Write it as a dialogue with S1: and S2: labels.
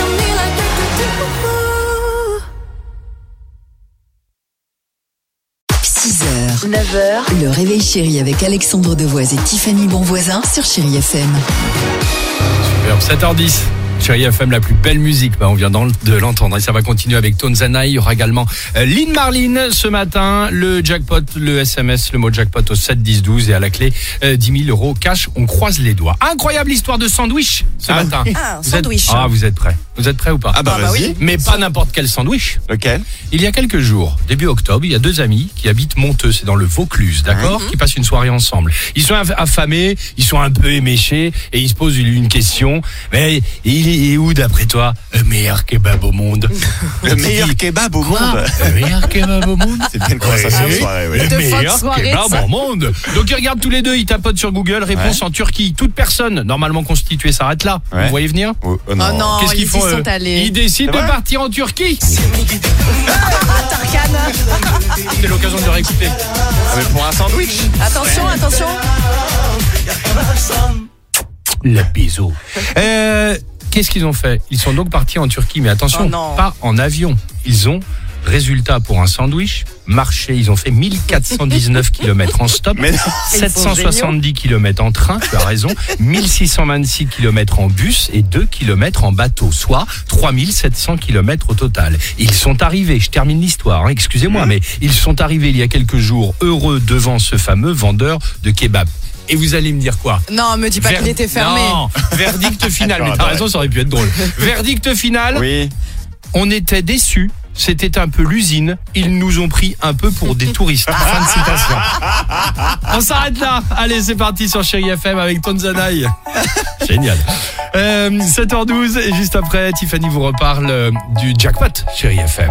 S1: on me like do, do, do.
S2: 6h, 9h, le réveil chéri avec Alexandre Devoise et Tiffany Bonvoisin sur Chérie FM.
S3: Alors, 7h10. Chérie FM, la plus belle musique, bah, on vient d'en- de l'entendre et ça va continuer avec Tonzana. Il y aura également euh, Lynn Marlin ce matin, le jackpot, le SMS, le mot jackpot au 7 10 12 et à la clé euh, 10 000 euros cash. On croise les doigts. Incroyable histoire de sandwich ce matin.
S4: Ah, un
S3: Vous êtes-
S4: sandwich.
S3: Ah, vous êtes prêts Vous êtes prêts ou pas
S5: Ah bah,
S4: Ah bah
S5: vas-y.
S4: oui.
S3: Mais pas n'importe quel sandwich.
S5: Lequel
S3: Il y a quelques jours, début octobre, il y a deux amis qui habitent Monteux, c'est dans le Vaucluse, d'accord Qui passent une soirée ensemble. Ils sont aff- affamés, ils sont un peu éméchés et ils se posent une- une question. Mais il est où, d'après toi, le meilleur kebab au monde
S5: Le meilleur kebab au monde.
S3: Le meilleur kebab au monde
S5: C'est bien une conversation de
S3: Oui.
S5: soirée, oui.
S3: Le
S4: Deux fois de
S3: meilleur
S4: soirée,
S3: kebab
S4: ça.
S3: au monde. Donc ils regardent tous les deux, ils tapotent sur Google, réponse en Turquie. Toute personne normalement constituée s'arrête là.
S5: Ouais.
S3: Vous voyez venir
S5: Oh, oh
S4: Oh non,
S3: Qu'est-ce
S4: ils
S3: qu'ils
S4: y
S3: font
S4: sont
S3: eux
S4: allés.
S3: Ils décident
S5: C'est
S3: de
S5: vrai
S3: partir en Turquie.
S4: Ah, Tarkan.
S3: C'était l'occasion de le réécouter.
S5: Ah, mais pour un sandwich
S4: Attention, attention.
S3: Le biseau. Euh, Qu'est-ce qu'ils ont fait Ils sont donc partis en Turquie, mais attention,
S4: Oh non.
S3: pas en avion. Ils ont, résultat pour un sandwich, marché, ils ont fait 1419 km en stop,
S5: Mais non.
S4: Ils sont
S3: 770 km en train, tu as raison, 1626 km en bus et 2 km en bateau, soit 3700 km au total. Ils sont arrivés, je termine l'histoire, hein, excusez-moi, mais ils sont arrivés il y a quelques jours heureux devant ce fameux vendeur de kebab. Et vous allez me dire quoi
S4: Non, me dis pas
S3: Ver-
S4: qu'il était fermé.
S3: Non, verdict final. mais t'as
S5: Attends,
S3: raison, ça aurait pu être drôle. Verdict final,
S5: Oui.
S3: on était déçus. C'était un peu l'usine. Ils nous ont pris un peu pour des touristes. Fin de citation. On s'arrête là. Allez, c'est parti sur Chéri FM avec Tonzanaï. Génial. Euh, 7h12 et juste après, Tiffany vous reparle euh, du jackpot Chéri FM.